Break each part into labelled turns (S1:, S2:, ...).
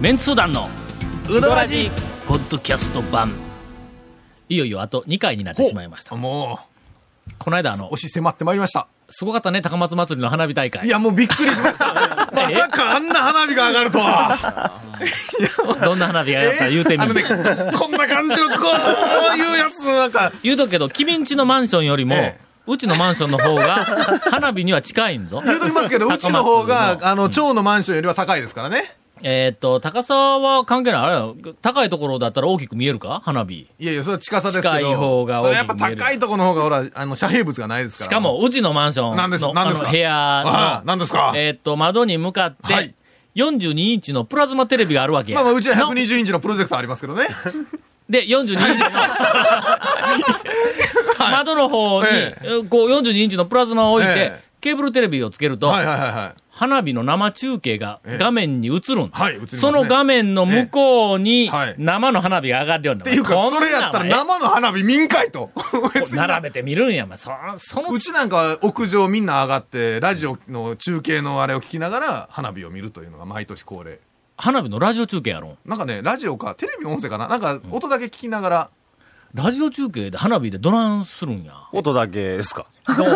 S1: メンツー団の
S2: うどらじ
S1: ポッドキャスト版いよいよあと2回になってしまいました
S2: も
S1: この間あ
S2: う
S1: の
S2: 押し迫ってまいりました
S1: すごかったね高松祭りの花火大会
S2: いやもうびっくりしました まさかあんな花火が上がるとは
S1: どんな花火がやったら言うてみ
S2: あの
S1: る、
S2: ねこんな感じのこういうやつなんか
S1: 言うとくけど君んちのマンションよりも、
S2: ええ
S1: うちのマンションの方 が花火には近いんぞ
S2: 言うときますけどうちの方
S1: 高松
S2: があの町のマンションよりは高いですからね
S1: えーっと高さは関係ないあれよ高いところだったら大きく見えるか花火
S2: いやいやそれは近さですけど
S1: 近い方が
S2: それやっぱ
S1: 大きく見える
S2: 高いとこの方がほらあの遮蔽物がないですから
S1: しかも、うちのマンションの
S2: 何です
S1: あ
S2: 何です
S1: の
S2: か
S1: 部屋
S2: ああ
S1: の、
S2: 何ですか
S1: えーっと、窓に向かっ
S2: は
S1: て
S2: い、
S1: 42インチのプラズマテレビがあるわけや
S2: まあまあうちは
S1: の
S2: 120インチのプロジェクターありますけどね
S1: で、42インチの、窓の方に、
S2: え
S1: こう42インチのプラズマを置いて、
S2: ええ
S1: ケーブルテレビをつけると、
S2: はいはいはいはい
S1: 花火の生中継が
S2: ええ
S1: 画面に映るん、
S2: はい映りますね
S1: その画面の向こうに
S2: えはい
S1: 生の花火が上がるように
S2: っ
S1: な
S2: ていうか、それやったら
S1: 生
S2: 生の花火民会と。 別に
S1: 並べてみるんや、まあ、そその
S2: うちなんかは屋上みんな上がって、ラジオの中継のあれを聞きながら花火を見るというのが毎年恒例。
S1: 花火のラジオ中継やろ
S2: なんかね、ラジオか、テレビの音声かななんか音だけ聞きながら、
S1: ラジオ中継で花火でどなんするんや。
S3: 音だけですか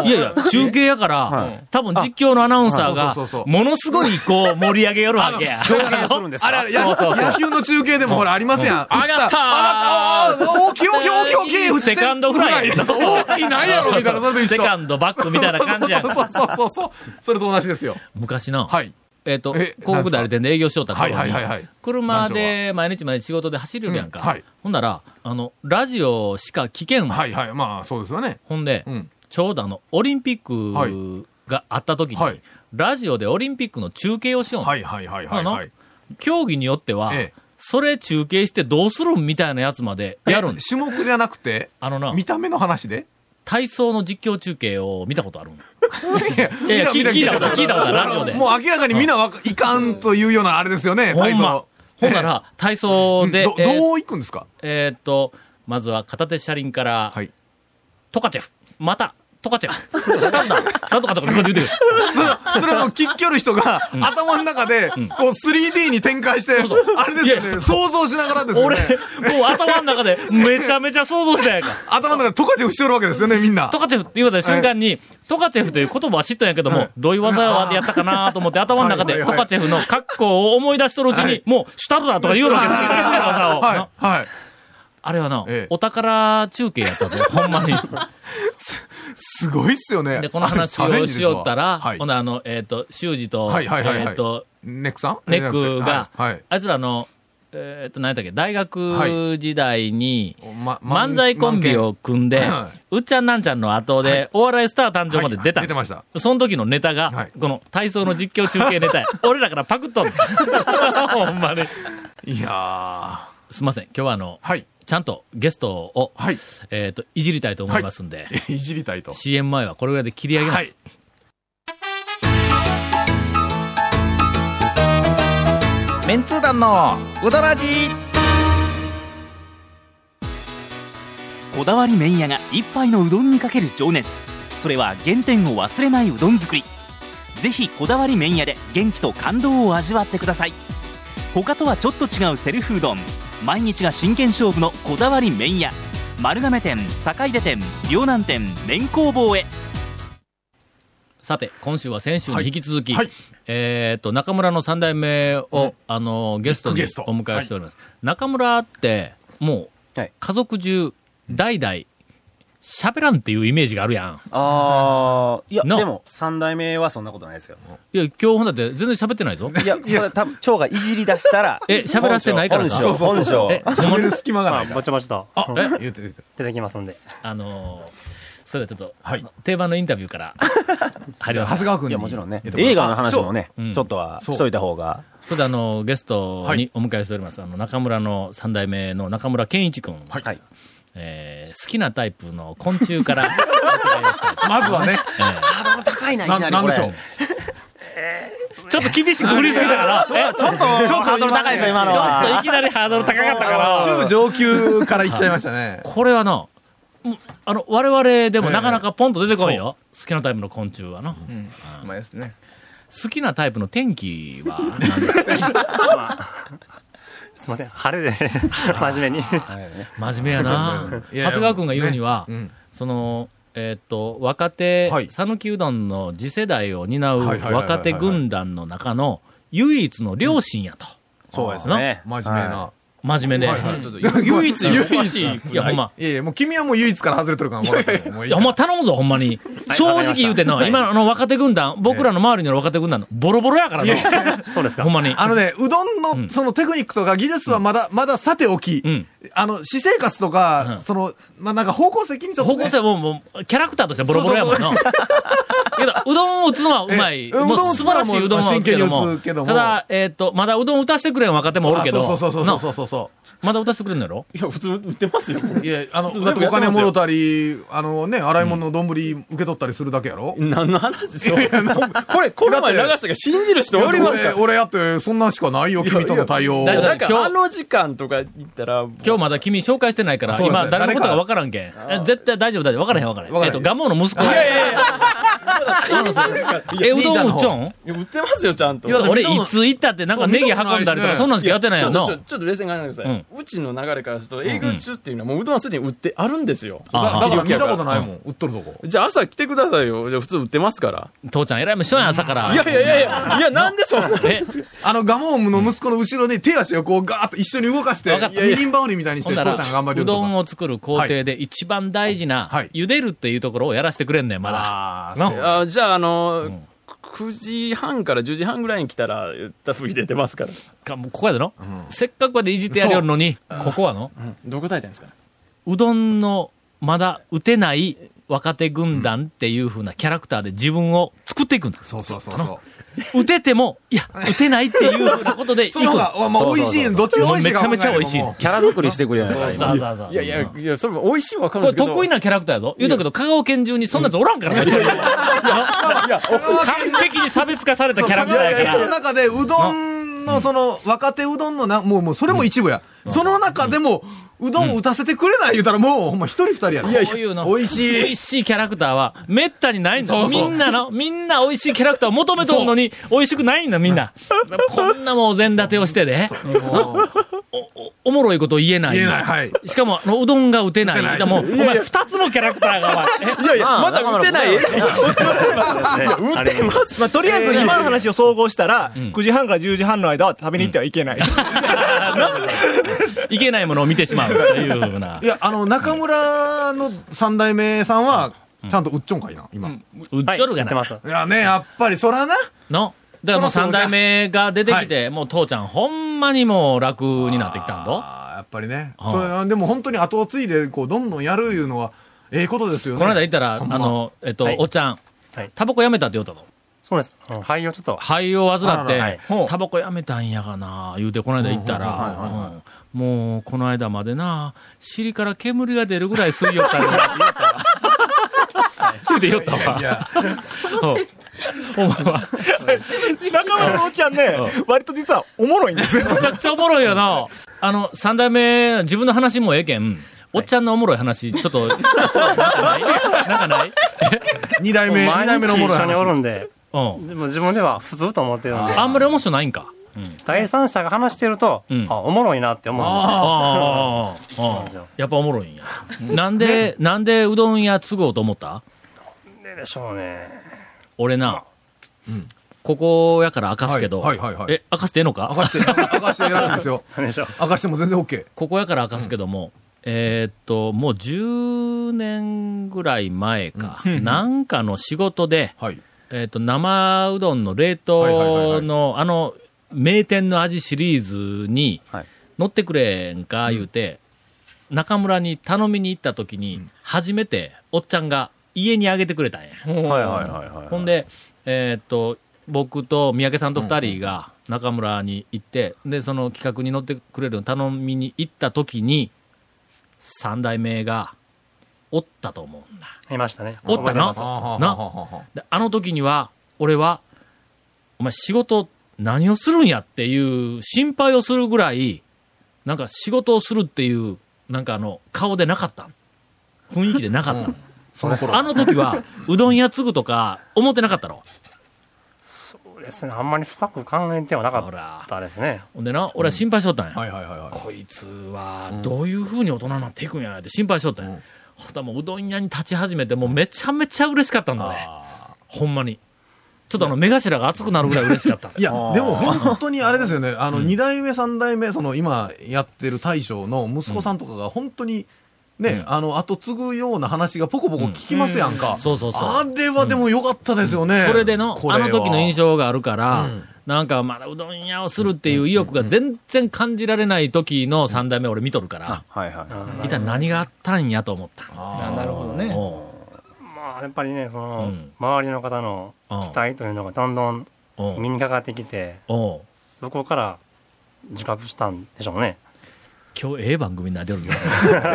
S1: いやいや、中継やから、
S3: はい
S1: 多分実況のアナウンサー
S2: あそうそう
S1: が、
S2: そうそう
S1: ものすごいこう盛り上げよるわけや。
S3: 表現するんですか
S2: あれあれ、や
S1: そうそうそう
S2: 野球の中継でもほらありますやん。打
S1: 上がった
S2: あがったおーおー、大きい大きい大きい大きい
S1: セカンドフライ
S2: 打って大きいなんやろみたいな、それと一緒。
S1: セカンドバックみたいな感じやん
S2: そうそうそうそうそう。それと同じですよ。
S1: 昔の、
S2: はい。
S1: えっ、と、
S2: え
S1: 広告代理店で営業しようった頃に、
S2: はいはいはいはい
S1: 車で毎日毎日仕事で走るやんか、
S2: うんはい
S1: ほんなら、あの、ラジオしか聞けんわ。
S2: はいはい。まあ、そうですよね。
S1: ほんで、
S2: うん
S1: ちょうどあの、オリンピック
S2: はい
S1: があった時に、
S2: はい
S1: ラジオでオリンピックの中継をしよう、
S2: はいはいはいはいはい。
S1: 競技によっては、
S2: ええ
S1: それ中継してどうするんみたいなやつまでやるん
S2: え種目じゃなくて、
S1: あのな
S2: 見た目の話で
S1: 体操の実況中継を見たことあるん
S2: い
S1: いや聞聞いたことある聞いたことあるラジオで
S2: もう明らかにみんなわかいかんというようなあれですよね、
S1: ほ
S2: 体
S1: んま
S2: 操。。
S1: ほんなら、体操で、
S2: ど、
S1: えー
S2: どういくんですか
S1: えーっと、まずは片手車輪から、
S2: はい。
S1: トカチェフ、また、トカチェ フ、スタンダー、なんとかとか、こうやって言うてくる。
S2: それ、それはあの、きっきょる人が、頭の中で、こう、3D に展開して、
S1: そうそう
S2: あれです
S1: い
S2: よ
S1: や
S2: ね、想像しながらですよ
S1: 俺
S2: ね。、
S1: もう頭の中で、めちゃめちゃ想像したやんか。
S2: 頭の中でトカチェフしてるわけですよね、みんな
S1: ト。カチェフって言われた瞬間に、トカチェフという言葉は知ったんやけども、どういう技でやったかなと思って、頭の中
S2: はい
S1: で
S2: は
S1: ト
S2: いは
S1: カ
S2: い
S1: チェフの格好を思い出しとるうち
S2: は
S1: に
S2: い、
S1: もう、シュタルダーとか言うわけですよ技を
S2: は、
S1: ない
S2: はい。
S1: あれはな
S2: ええ、
S1: お宝中継やったぜ、ほんまに。
S2: すごいっすよね。
S1: で、この話
S2: あれチャレン
S1: を
S2: ジ
S1: し
S2: ですわ
S1: よったら、
S2: はい
S1: ほ。な、あの、えっ、と、修二と、
S2: はいはいはいはい
S1: えっ、と、
S2: ネックさん
S1: ネックが、
S2: はいはい。
S1: あいつらの、えっ、と、何だっけ、大学時代に、
S2: ままん
S1: 漫才コンビを組んで、
S2: は
S1: うっちゃんなんちゃんの後で、お笑いスター誕生まで出た。
S2: はい出てました
S1: その時のネタが、
S2: はい
S1: この体操の実況中継ネ タや。俺らからパクっとんのほんまに。
S2: いやー。
S1: すいません、今日はあの、
S2: はい。
S1: ちゃんとゲストを、
S2: はい。
S1: えっ、と、いじりたいと思いますんで、
S2: いじりたいと。
S1: CM 前はこれぐらいで切り上げます。
S2: はい。
S4: メンツー団のうどらじ
S5: こだわり麺屋が一杯のうどんにかける情熱それは原点を忘れないうどん作りぜひこだわり麺屋で元気と感動を味わってください他とはちょっと違うセルフうどん毎日が真剣勝負のこだわり麺屋丸亀店坂出店両南店麺工房へ
S1: さて、今週は先週に引き続き、
S2: はいはい
S1: えっ、と、中村の三代目を、あの、ゲストに
S2: ゲスト
S1: お迎えしております。中村って、もう
S3: はい、
S1: 家族中、代々、喋らんっていうイメージがあるやん。
S3: ああ、いや、
S1: No
S3: でも、三代目はそんなことないですよ。
S1: いや、今日ほんだって全然喋ってない ぞ。、
S3: いや、これ多分、蝶がいじり出したら
S1: え喋らせてないからか
S3: 本性、本性。
S1: え、そ
S2: 止
S1: の
S2: める隙間が
S6: ま
S2: な
S6: あ、
S2: いか
S6: ぼ
S2: ら。
S6: ちぼちと、うんい
S2: え言って言って。
S6: ただきますんで。
S1: あのそれではちょっと、
S2: はい
S1: 定番のインタビュー から、入り
S2: 長
S1: ます。
S2: 谷川君
S3: い
S2: に
S3: や、もちろんね
S2: 言っ。てもらう
S3: 映画の話もね
S1: そううん、
S3: ちょっとは
S2: そう
S3: しといた方が。
S1: それであの、ゲスト
S2: は
S1: に
S2: い
S1: お迎えしております、あの、中村の三代目の中村健一君。
S2: はい
S3: はい
S1: えー好きなタイプの昆虫から、お 伺いをしたいと思います
S2: まずはね、
S3: ハードル 高いな、いきなり
S2: な
S3: こ
S2: ん
S3: れ。
S2: でしょう。
S1: ちょっと厳しく振りすぎたから、え ちょっと、ち
S2: ちょっと
S3: ハードル高いですよ、今の
S1: ょっとい
S3: は。
S1: きなりハードル高かったから、
S2: 中上級からいっちゃいましたね。
S1: これはな、うんあの、我々でもなかなかポンと出てこいよ。好きなタイプの昆虫はな。
S4: うまいですね
S1: 好きなタイプの天気は何ですか
S6: まあ、すみません、晴れで、真面目に。
S1: 真面目やな。
S2: いやい
S1: 長
S2: や
S1: 谷川君が言うには、
S2: うん
S1: その、えーっと、若手
S2: はい、
S1: 讃岐、うどんの次世代を担う
S2: はいはいはいはい
S1: 若手軍団の中の唯一の両親やと。
S3: そうです
S1: な
S3: ね。
S2: 真面目な。
S1: 真面目で。
S2: はい
S1: い
S2: 唯一
S7: おかしい。
S1: や、ほんま。
S2: いやいや、もう君はもう唯一から外れとるから分かったよもうい
S1: いや、
S2: いから
S1: ほんま頼むぞ、ほんまに。正直言うて
S6: は
S1: な、
S6: い
S1: 今の若手軍団、僕らの周りにある若手軍団、ボロボロやからな。
S6: そうですか。
S1: ほんまに。
S2: あのね、うどん
S1: うん
S2: のそのテクニックとか技術はまだ、まださておき、
S1: うん
S2: あの、私生活と
S1: う
S2: か、
S1: ん
S2: その、まあ、なんか方向性にちょっと、
S1: 方
S2: ね。
S1: 向性はもう、もう、キャラクターとしてボロボロやもんな。けど、うどんを打つのはうまい。
S2: ええ
S1: も
S2: うどん
S1: う
S2: を打
S1: 素晴
S2: つの
S1: ら
S2: は
S1: しいうどんは打つけど
S2: まあ真剣に
S1: も。
S2: 打つけども
S1: ただ、えっ、と、まだうどん打たしてくれん若手もおるけど。
S2: あそうそうそうそうそう
S1: な
S2: そうそ
S1: まだ打たしてくれんのやろ
S7: いや、普通売ってますよ。
S2: う。いや、あの、
S7: そう
S2: だってお金
S7: やってます
S2: も
S7: よ
S2: ろたり、あのね、洗い物の丼受け取ったりするだけやろ、
S7: 何の話ですよ。これ、この前流したから信じる人おります
S2: 俺、
S7: か
S2: 俺やって、そんなんしかないよ、君との対応。
S1: いやいや大
S7: なん
S1: 丈夫
S7: か
S1: 今日
S7: あの時間とか言ったら、
S1: 今日まだ君紹介してないから、
S2: そうです
S1: 今誰のことか
S2: 誰か
S1: 分からんけん。え絶対大丈夫大丈夫。分からへん分からへん。
S2: 分からへ
S1: えっ、
S2: ん
S1: と、ガモの息子。
S7: 信じてるから。いや
S1: え、
S7: いう
S2: 兄ち
S1: ど
S2: ゃん
S1: ん
S2: の
S1: 打
S2: 方
S1: っちょん
S7: や、売ってますよ、ちゃんと。
S2: いやだって
S1: 俺、
S2: 見たこ
S1: い
S2: と
S1: つ行ったってなんかネギ運んだりと
S2: そう見たことない
S1: か、
S2: しね
S1: そんなんしかやってないやん
S7: ちょ
S1: の
S7: っと。ちょっと冷静に考えてください、
S1: う
S7: うんちの流れからすると営業中っていうのはもううどんはすでに売ってあるんですよ、
S1: あ
S2: だ
S1: は
S2: だ
S1: は
S2: から見たことないもん、売っとるとこ。
S7: じゃあ朝来てくださいよじゃあ普通売ってますから
S1: 父ちゃん偉いもんしょんやん、朝から。
S7: いやいやいやいやいやなんでそんな
S1: え、
S2: あの、ガモームの息子の後ろに手足をこうガーッと一緒に動かして、
S1: わかった
S2: 二輪バウリみたいにし
S1: ほ
S2: て、
S1: ん
S2: 父
S1: な
S2: ちゃ
S1: ら
S2: んが頑張りよ
S1: う
S2: ると
S1: どん
S2: こ。
S1: を作る工程で一番大事な、
S2: はい
S1: 茹でるっていうところをやらせてくれんねん、まだ。な
S7: あじゃああの、9時半から10時半ぐらいに来たらタフ入れてますから、
S1: かもうここやでの、せっかくまでいじってやるよるのに、ここはの、
S7: どこ答えたんですか
S1: うどんのまだ打てない若手軍団っていう風なキャラクターで自分を作っていくんだ。
S2: そうそうそうそう。
S1: 打てても、いや、打てないっていう風なことでいく
S2: そ。の方が、まあ、美味しい、どっちが美味しいか
S1: めちゃめちゃ美味
S2: 分かん
S1: しい
S2: ないけども
S4: キャラ作りしてくれない
S1: そうそうそうそう
S7: いやいやいやそれも美味しいわか
S1: こ
S7: るんで
S1: れ
S7: すけど
S1: 得意なキャラクターやぞ。言うたけど、香川県中にそんなやつおらんからな。
S7: いや
S1: 完璧に差別化されたキャラクター
S2: 輝
S1: や
S2: き
S1: か
S2: の
S1: ら。
S2: 中でうどんのその若手うどんのな、もうもうそれも一部や。その中でもうどんを打たせてくれない言うたらもうほんま一人二人やろ。
S7: いやい
S1: こういうの。
S2: 美味しい
S1: 美味しいキャラクターは、めったにないんだ。
S2: そうそ
S1: み
S2: う
S1: んなの、みんな美味しいキャラクターを求めとんのに、美味しくないんだ、みんな。こんなもんお膳立てをしてで、
S2: もう
S1: おもろいこと言えない。
S2: 言えない。はい。
S1: しかも、あのうどんが打てない。
S2: 打てない。
S1: でも、お前二つのキャラクターが、お前。
S7: いやいやまだ売ってない
S6: 打ってます。
S8: まあ、とりあえず今の話を総合したら、9時半から10時半の間は食べに行ってはいけない。
S1: いけないものを見てしまうというふうない
S2: や、あの、中村の三代目さんは、ちゃんとうっちょんかいな、今。いう
S1: っちょるがな。
S2: やね、やっぱりそらな。
S1: の。だからもう
S2: そろ
S1: 三
S2: そろじゃあ
S1: 代目が出てきて、もう父ちゃんほんまにもう楽になってきたんだ。
S2: あーやっぱりね。
S1: はい
S2: それでも本当に後を継いで、こう、どんどんやるいうのは、ええことですよね。
S1: この間言ったら、
S2: ほ
S1: あ
S2: んま
S1: の、えっと
S6: はい、
S1: おっちゃん
S6: はい、
S1: タバコやめたって言うたの。
S6: そうです。はい、よ、ちょっと。
S1: 肺を患っ
S2: あらら
S1: て、タバコやめたんやがな、言うて、この間行ったら、うんもう、この間までな、尻から煙が出るぐらい吸いよったんや、 言うて言 ったわ。
S2: いや、
S1: 言うて言ったわ。お前は、
S8: 仲間のおっちゃんね
S1: う、
S8: 割と実はおもろいんですよ。
S1: めちゃくちゃおもろいよな。あの、三代目、自分の話もええけん、おっちゃんのおもろい話、ちょっ と、なんかないなんかない
S2: 二代目、二代目のおもろい
S6: 一緒にお
S2: 話。
S6: るんで、
S1: うん。
S6: でも自分では普通と思ってるんで、
S1: あんまり面白ないんか。
S6: 第三者が話してると、
S1: うん
S6: あ、おもろいなって思うんですよ。
S1: ああああ、ああやっぱおもろいんや。なんで、なんでうどん屋継ごうと思った
S6: なんででしょうね。
S1: 俺な、ここやから明かすけど、
S2: はいはいはいはい
S1: え、明かしてええの
S2: 明
S1: か
S2: かして、明かしていらしいですよ。
S6: なんでしょう。
S2: 明かしても全然 OK。
S1: ここやから明かすけども、えーっと、もう10年ぐらい前か、なんかの仕事で、
S2: はい。
S1: えーっと、生うどんの冷
S2: はいはいはいは
S1: 凍
S2: い
S1: の、あの、名店の味シリーズに
S3: はい、
S1: 乗ってくれんか、言うて、中村に頼みに行った時に、初めて、おっちゃんが家にあげてくれたんや。
S3: はいはいはいはい。
S1: ほんで、えーっと、僕と三宅さんと2人が中村に行って、で、その企画に乗ってくれるの頼みに行った時に、三代目がおったと思うんだ。
S6: いましたね。
S1: おったな
S6: 覚えてます
S1: なであの時には、俺は、お前仕事何をするんやっていう心配をするぐらい、なんか仕事をするっていう、なんかあの、顔でなかったん雰囲気でなかったん
S2: その頃。
S1: あの時は、うどん屋継ぐとか、思ってなかったろ。
S6: そうそうですね。あんまり深く考えてはな
S1: ほ
S6: からったですね。
S1: ほんでな、俺は心配しとったんや。
S2: はいはいはいはい。
S1: こいつは、どういうふうに大人になっていくんや、って心配しとったんや。ほんともううどん屋に立ち始めて、もうめちゃめちゃ嬉しかったんだね。ほんまに。ちょっとあの、目頭が熱くなるぐらい嬉しかった。
S2: いや、でも本当にあれです よね、あの、二代目、三代目、その今やってる大将の息子さんとかが本当に、ね、あの、後継ぐような話がポコポコ聞きますやんか。
S1: そうそうそう。
S2: あれはでも良かったですよね。
S1: それでの、
S2: こ
S1: あ
S2: れは
S1: の時の印。象があるから、
S2: うん
S1: なんかまだうどん屋をするっていう意欲が全然感じられない時の三代目俺見とるから、
S3: はいはい。
S1: 一体何があったんやと思った。
S3: あなるほどね。
S1: おう
S6: まあ、やっぱりね、その、
S1: うん
S6: 周りの方の
S1: うん
S6: 期待というのがどんどん
S1: おう
S6: 身にかかってきて、
S1: おう
S6: そこから自覚したんでしょうね。
S1: 今日ええ番組になりよ るぞ。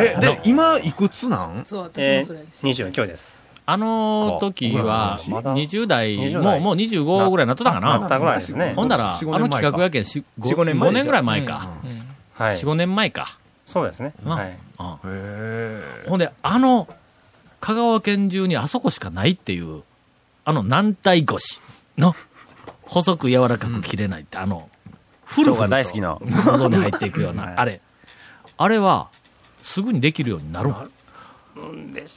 S2: え、で、今いくつなん
S9: そう、私
S6: え
S9: もそれ
S6: ー、。29です。
S1: あの時は、
S6: まだ
S1: 20代、
S6: 20代
S1: もうもう25ぐらいになっとったか
S6: なっ
S1: な。
S6: たぐらいですね。
S1: ほんなら、あ
S2: 4 5
S1: の
S2: 年
S1: 企
S2: 前か
S1: 画やけん、4 5
S3: 5年前
S1: 年ぐらい前か。
S6: は
S1: 4、
S6: い。
S1: 5年前か。
S6: そうですね。
S1: な
S6: はい。
S1: うん
S2: へえ。
S1: ほんで、あの、香川県中にあそこしかないっていう、あの軟体腰の、細く柔らかく切れないって、あの、フルフル
S3: 今日が
S1: と
S3: 大好きな。
S1: 喉に入っていくような、あれ。あれは、すぐにできるようになるん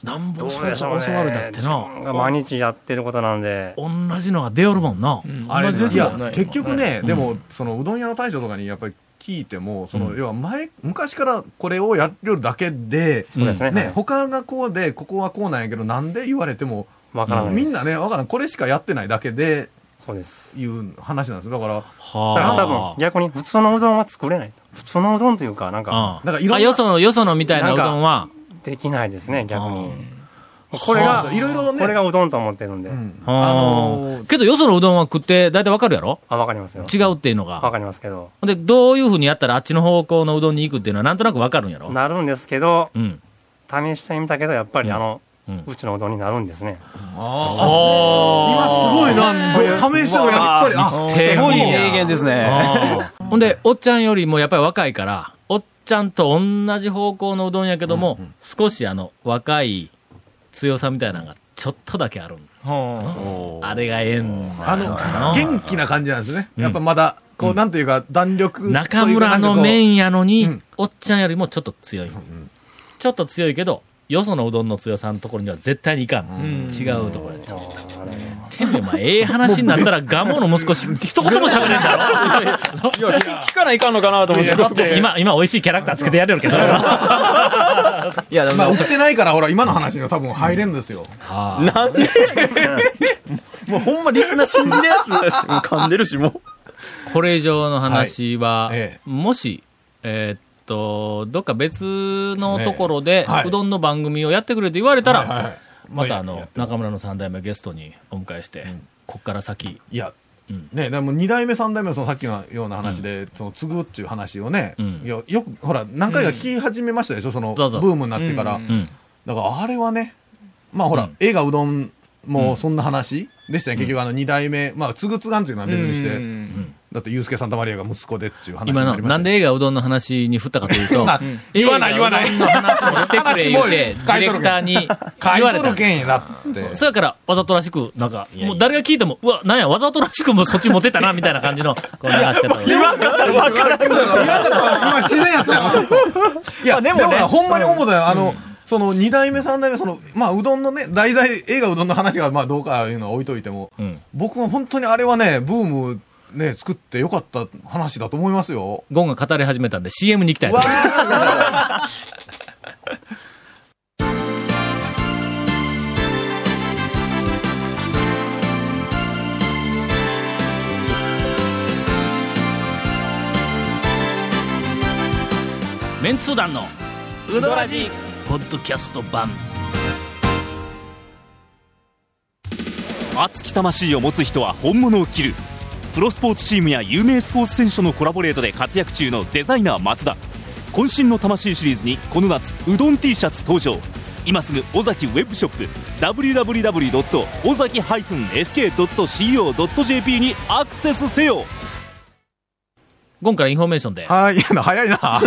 S1: なんぼそれ教わるだってな
S6: 自分が毎日やってることなんで、
S1: 同じのが出よるもんな。
S2: あれ
S1: 同じです
S2: い
S1: よ。
S2: や、結局ね、でも、その、うどん屋の大将とかにやっぱり聞いても、その、要は前、昔からこれをやってるだけで、
S6: そうですね。
S2: ね、他がこうで、ここはこうなんやけど、なんで言われても、
S6: わからないで
S2: み
S6: す。
S2: んなね、わからん、これしかやってないだけで、
S6: そうです。
S2: いう話なんですよ。だから、
S6: だから多分
S1: はあ。
S6: 逆に普通のうどんは作れないと。普通のうどんというか、なんか、
S1: うん
S2: だからいろんな
S1: あよその、よそのみたいなうどんは、
S6: できないですね、逆に。
S2: こ
S6: これが、
S2: いろいろね、
S6: これがうどんと思ってるんで
S2: う。ん
S1: うん
S2: あのー
S1: けどよそのうどんは食って、だいたいわかるやろ
S6: あ、わかりますよ。
S1: 違うっていうのが
S6: わ。かりますけど。
S1: で、どういうふうにやったらあっちの方向のうどんに行くっていうのはなんとなくわかるんやろ
S6: なるんですけど、
S1: うん。
S6: 試してみたけど、やっぱりあの、
S1: うん
S6: うちのうどんになるんですね。
S2: 今すごいな、試してもやっぱり、あ、
S1: 手
S3: す
S1: が
S3: ご
S1: い
S3: い
S1: い
S3: 名言ですね。
S1: うんほんで、おっちゃんよりもやっぱり若いから、おっちゃんと同じ方向のうどんやけども、少しあの、若い強さみたいなのがちょっとだけあるんあれがええんだ
S2: あの、
S1: な
S2: 元気な感じなんですね。やっぱまだ、こう、なんていうか、弾力というか。
S1: 中村の
S2: ン。
S1: 麺やのに、
S2: うん
S1: おっちゃんよりもちょっと強い、ちょっと強いけど、よそのうどんの強さのところには絶対にいかん。違うところやっちゃう。てめえ、お前、ええ話になったら、ガモの息子し、一言も喋れんだろ。
S7: いや、聞かないかんのかなと思って。
S1: 今、今、美味しいキャラクターつけてやれ るけど。
S3: いや、で
S2: まあ、
S3: も
S2: 売ってないから、ほら、今の話には多分入れんですよ。
S7: なんでもうほんまリスナー信じねえし、もう噛んでるし、も
S1: これ以上の話は、
S2: はいえ
S1: もし、えーっと、どっか別のところで、
S2: えはいう
S1: どんの番組をやってくれと言われたら、
S2: はいはい
S1: またあ
S2: もうや
S1: の
S2: っても
S1: 中村の三代目ゲストにお迎えして、こっから先、
S2: いや、
S1: うん
S2: ね、でも2代目、3代目はそのさっきのような話で、その継ぐっていう話をね、
S1: うん
S2: いやよく、ほら、何回か聞き始めましたでしょ、そのブ
S1: そうそう
S2: ームになってから。
S1: うん、
S2: だからあれはね、まあほら、
S1: うん
S2: 映画うどんもそんな話でしたね、結局あの2代目、まあ継ぐ継がんっていうのは別にして、だってユースケ・サンタマリアが息子でっていう話に
S1: 今
S2: な
S1: の、
S2: りまし
S1: な
S2: た
S1: んで映画うどんの話に振ったかというと、
S2: 言わない言わない。
S1: 映画うどんの話もしてくれ言うて、ディ
S2: 話も書い
S1: レ
S2: と
S1: ク
S2: る
S1: タ
S2: け
S1: ー
S2: ん
S1: に
S2: 買
S1: 言わ
S2: い
S1: れ
S2: 取
S1: た
S2: る。けんだっ て。
S1: そうやから、わざとらしく、なんか、もう誰が聞いても、うわ、なんや、わざとらしくもそっち持ってたな、みたいな感じの、この話し方を。
S2: いやだから今自然やったよ、ちょっと。いや、でも、ほんまに思ったよ。あの、その2代目、3代目、その、まあ、うどんのね、題材、映画うどんの話が、まあ、どうかいうのは置いといても、
S1: うん
S2: 僕は本当にあれはね、ブーム、ね、作ってよかった話だと思いますよ。
S1: ゴンが語り始めたんで CM に行きたいで
S2: わ
S1: す。
S2: あ
S1: メンツー団の
S2: うどらじ
S1: ポッドキャスト版
S5: 熱き魂を持つ人は本物を切るプロスポーツチームや有名スポーツ選手のコラボレートで活躍中のデザイナー松田渾身の魂シリーズにこの夏うどん T シャツ登場今すぐ尾崎ウェブショップ www. 尾崎 -sk.co.jp にアクセスせよ
S1: ゴンからインフォメーションで
S2: はい、いやな早いな。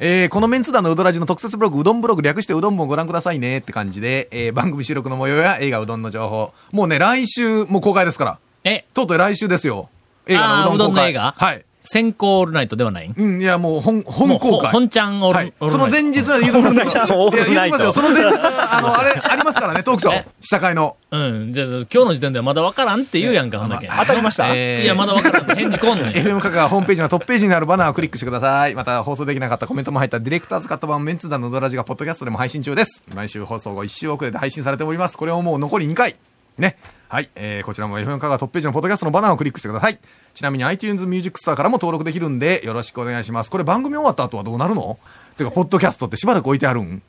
S2: えーこのメンツ団のうどらじの特設ブログ、うどんブログ略してうどんもご覧くださいねって感じで、えー番組収録の模様や映画うどんの情報、もうね、来週もう公開ですから。
S1: ええ、
S2: とうとう来週ですよ。映画
S1: あー
S2: のうど
S1: う
S2: ん公
S1: どんの映
S2: 開。
S1: 画
S2: はい。
S1: 先行オールナイトではないん
S2: うん、いや、もう本、
S1: もう
S2: 本公開。
S1: 本ちゃんオール,、
S2: はい
S1: オールナイト。
S2: その前日は言うときます よ。
S3: オール
S2: いや言
S3: ナイ
S2: うときますよ。
S3: ト
S2: その前日は、あの、あれ、ありますからね、トークショ
S1: え
S2: ー。試写会の。
S1: うん。じゃあ、今日の時点ではまだわからんって言うやんか、ほんだけ。
S8: 当たりました。
S1: いや、まだわからんって返事こんねん。
S2: FM カカがホームページのトップページにあるバナーをクリックしてください。また放送できなかったコメントも入ったディレクターズカット版メンツ団のドラジがポッドキャストでも配信中です。毎週放送後1週遅れで配信されております。これをもう残り2回。ね。はい。えー、こちらも FM カカトップページのポッドキャストのバナーをクリックしてください。ちなみに iTunes Music Store からも登録できるんでよろしくお願いします。これ番組終わった後はどうなるのてか、ポッドキャストってしばらく置いてあるん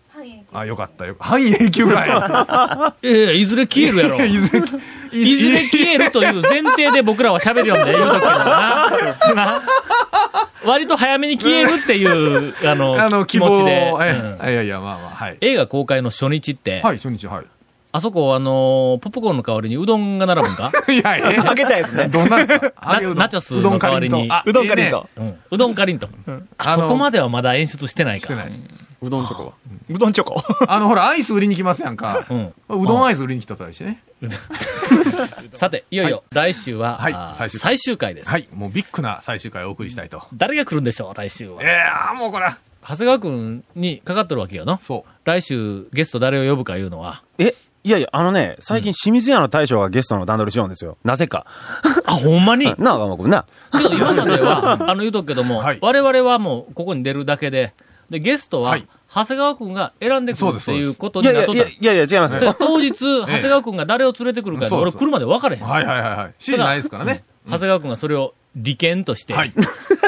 S2: あ、よかったよ。半永久か
S1: い
S2: い。
S1: やいや、いずれ消えるやろ。
S2: い
S1: い
S2: ずれ、
S1: ずれ消えるという前提で僕らは喋るよんで、言うときはな。な 割と早めに消えるって いう、あの、
S2: あの、
S1: 気
S2: 希望
S1: 持ち
S2: を
S1: で、。
S2: え
S1: うん
S2: えいやいや、まあまあ、はい。
S1: 映画公開の初日って、
S2: はい、初日、はい。
S1: あそこ、あの、ポップコーンの代わりにうどんが並ぶんか
S2: いや、ええ
S8: あげたやつね。
S2: どんなんですか揚げうどん
S1: ナチョスの代わりに
S2: うどんかりんとう
S8: うどんかりん
S2: え
S8: と。
S1: うんうどんかりんと。あ
S2: あの
S1: そこまではまだ演出してない
S2: えねして
S1: か。
S2: ない。
S7: うどんとかは。
S8: うどんチョコ。
S2: あの、ほら、アイス売りに来ますやんか。
S1: う
S2: うんどんアイス売りに来たとりしてね。
S1: さて、いよいよ、来週は、
S2: はい
S1: あー
S2: 最終回
S1: 最終回です。
S2: はい、もうビッグな最終回をお送りしたいと。
S1: 誰が来るんでしょう、来週は。
S2: いやー、もうこれは。
S1: 長谷川くんにかかっとるわけよな。
S2: そう。
S1: 来週、ゲスト誰を呼ぶかいうの は。
S9: えいやいや、あのね、最近清水屋の大将がゲストの段取りしようんですよ。なぜか。
S1: あ、ほんまに
S9: なあ、ガンマ君な。
S1: ちょっと今まで は、あの、言うとくけども、
S2: はい
S1: 我々はもう、ここに出るだけで、で、ゲストは、
S2: はい
S1: 長谷川くんが選んでく
S2: そう
S1: る
S2: で
S1: っ
S2: す
S1: ていうこと
S9: い
S1: に
S9: やいや
S1: なっとっ
S9: い
S1: た
S9: や。いやいや、違います
S1: それ
S9: ね。
S1: 当日、長谷川くんが誰を連れてくるか、
S2: そう
S1: 俺
S2: そう
S1: 来るまで分かれへん。長
S2: はいはいはいはい。指示ないですからね。
S1: 谷川くんがそれを利権として、
S2: はい。
S1: ここ数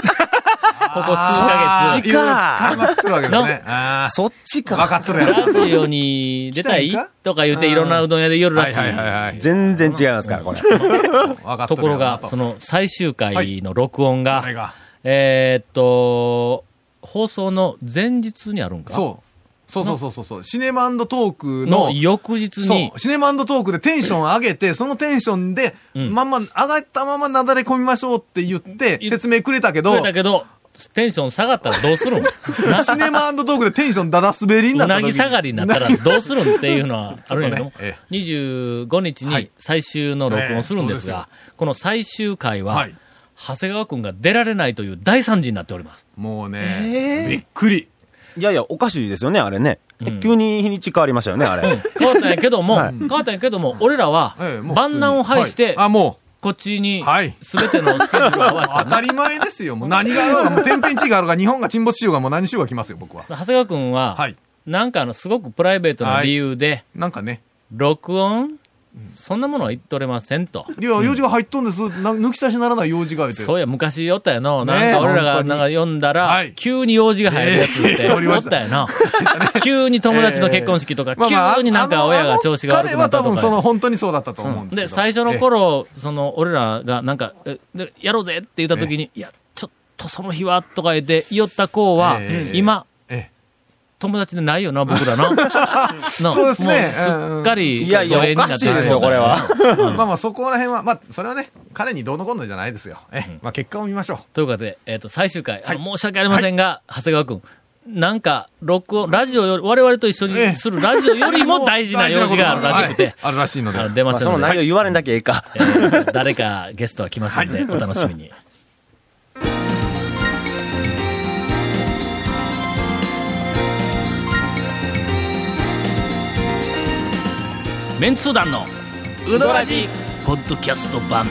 S1: ヶ
S2: いろいろ使いまくってるわけですね。あ
S9: そっち
S2: あ。分
S9: か。
S2: かっとる
S1: 月、
S2: やろ。
S1: ラジオに出たい
S2: 来たいか
S1: とか言って、いろんなうどん屋で夜ら
S2: は
S1: し
S2: い
S1: い。
S2: はいはいはい。
S9: 全然違いますから、これ。
S2: 分かっ
S1: と
S2: とる
S1: ころ
S2: や
S1: が
S2: な、と
S1: その最終回の録音が、
S2: あれが。
S1: えーっと、放送の前日にあるんか
S2: そう。そうそうそうそうそう。シネマトークの
S1: の、翌日に
S2: そう、、シネマトークでテンション上げて、そのテンションで、
S1: うん
S2: まんま、上がったままなだれ込みましょうって言って、
S1: い
S2: 説明くれたけど
S1: 増え、たけど、テンション下がったらどうす るんな
S2: シネマトークでテンションだだ滑りにな
S1: う
S2: った
S1: な
S2: 時
S1: ぎ下がりになったらどうするんっていうのはあるんやけども
S2: ちょっとねえ、
S1: 25日に最終の録音するんです
S2: は
S1: が、この最終回は
S2: はい、
S1: 長谷川くんが出られないという大惨事になっております。
S2: もうね、びっくり。
S9: いやいや、おかしいですよね、あれね。
S1: うん
S9: 急に日にち変わりましたよね、あれ。
S1: 変わったんやけども、
S9: はい
S1: 変わったんやけども、俺らは
S2: ええもう普通に、
S1: 万難を排して、
S2: はいあ、も
S1: こっちに
S2: う、、はい。
S1: すべてのスケジュールを合 わせた
S2: 当
S1: な。
S2: たり前ですよ。もう何があろうが、もう天変地異があろうが、日本が沈没しようが、もう何しようが来ますよ、僕は。
S1: 長谷川くんは、
S2: はい。
S1: なんかあの、すごくプライベートな理由で、
S2: なんかね、
S1: 録音、そんなものは言っとれませんと。
S2: いや、用事が入っとんです。な抜き差しならない用事が言うて。
S1: そういや、昔おったやの。
S2: ね
S1: な
S2: え
S1: んか俺らが
S2: 本当に
S1: なんか読んだら、
S2: はい
S1: 急に用事が入るやつって、
S2: ええおり
S1: お
S2: ま
S1: っ
S2: した
S1: たや な。急に友達の結婚式とか、急になんか親が調子が悪くなった
S2: 彼は多
S1: と
S2: 分、その、
S1: か。
S2: 本当にそうだったと思うんですけど。
S1: で、最初の頃、その、俺らがなんか、えでやろうぜって言った時に、いや、ちょっとその日は、とか言って、言おった子は、
S2: ええ
S1: 今、
S2: ええ、ええ
S1: 友達でないよな、僕らの。
S2: そうですね
S1: もすっかり、
S9: いやいや
S1: 疎遠になって
S9: おかしいですよこれは
S2: まあまあそこら辺は、まあそれはね、彼にどうのこうのじゃないですよ。え、まあ結果を見ましょ
S1: ということで、えっ、と、最終回、あの申し訳ありませんが、長谷川くん、なんか、録音、ラジオより、我々と一緒に
S2: ええ
S1: するラジオ
S2: う。
S1: よりも大事な用事があるらしくて、
S2: はいあるらしいので。
S1: あの出ま
S9: まあ
S1: す
S9: その
S1: ので、
S9: 内容言われなきゃいいか。
S1: えー誰かゲストは来ますんで、お楽しみに。メンツー団の
S4: うどらじ
S1: ポッドキャスト版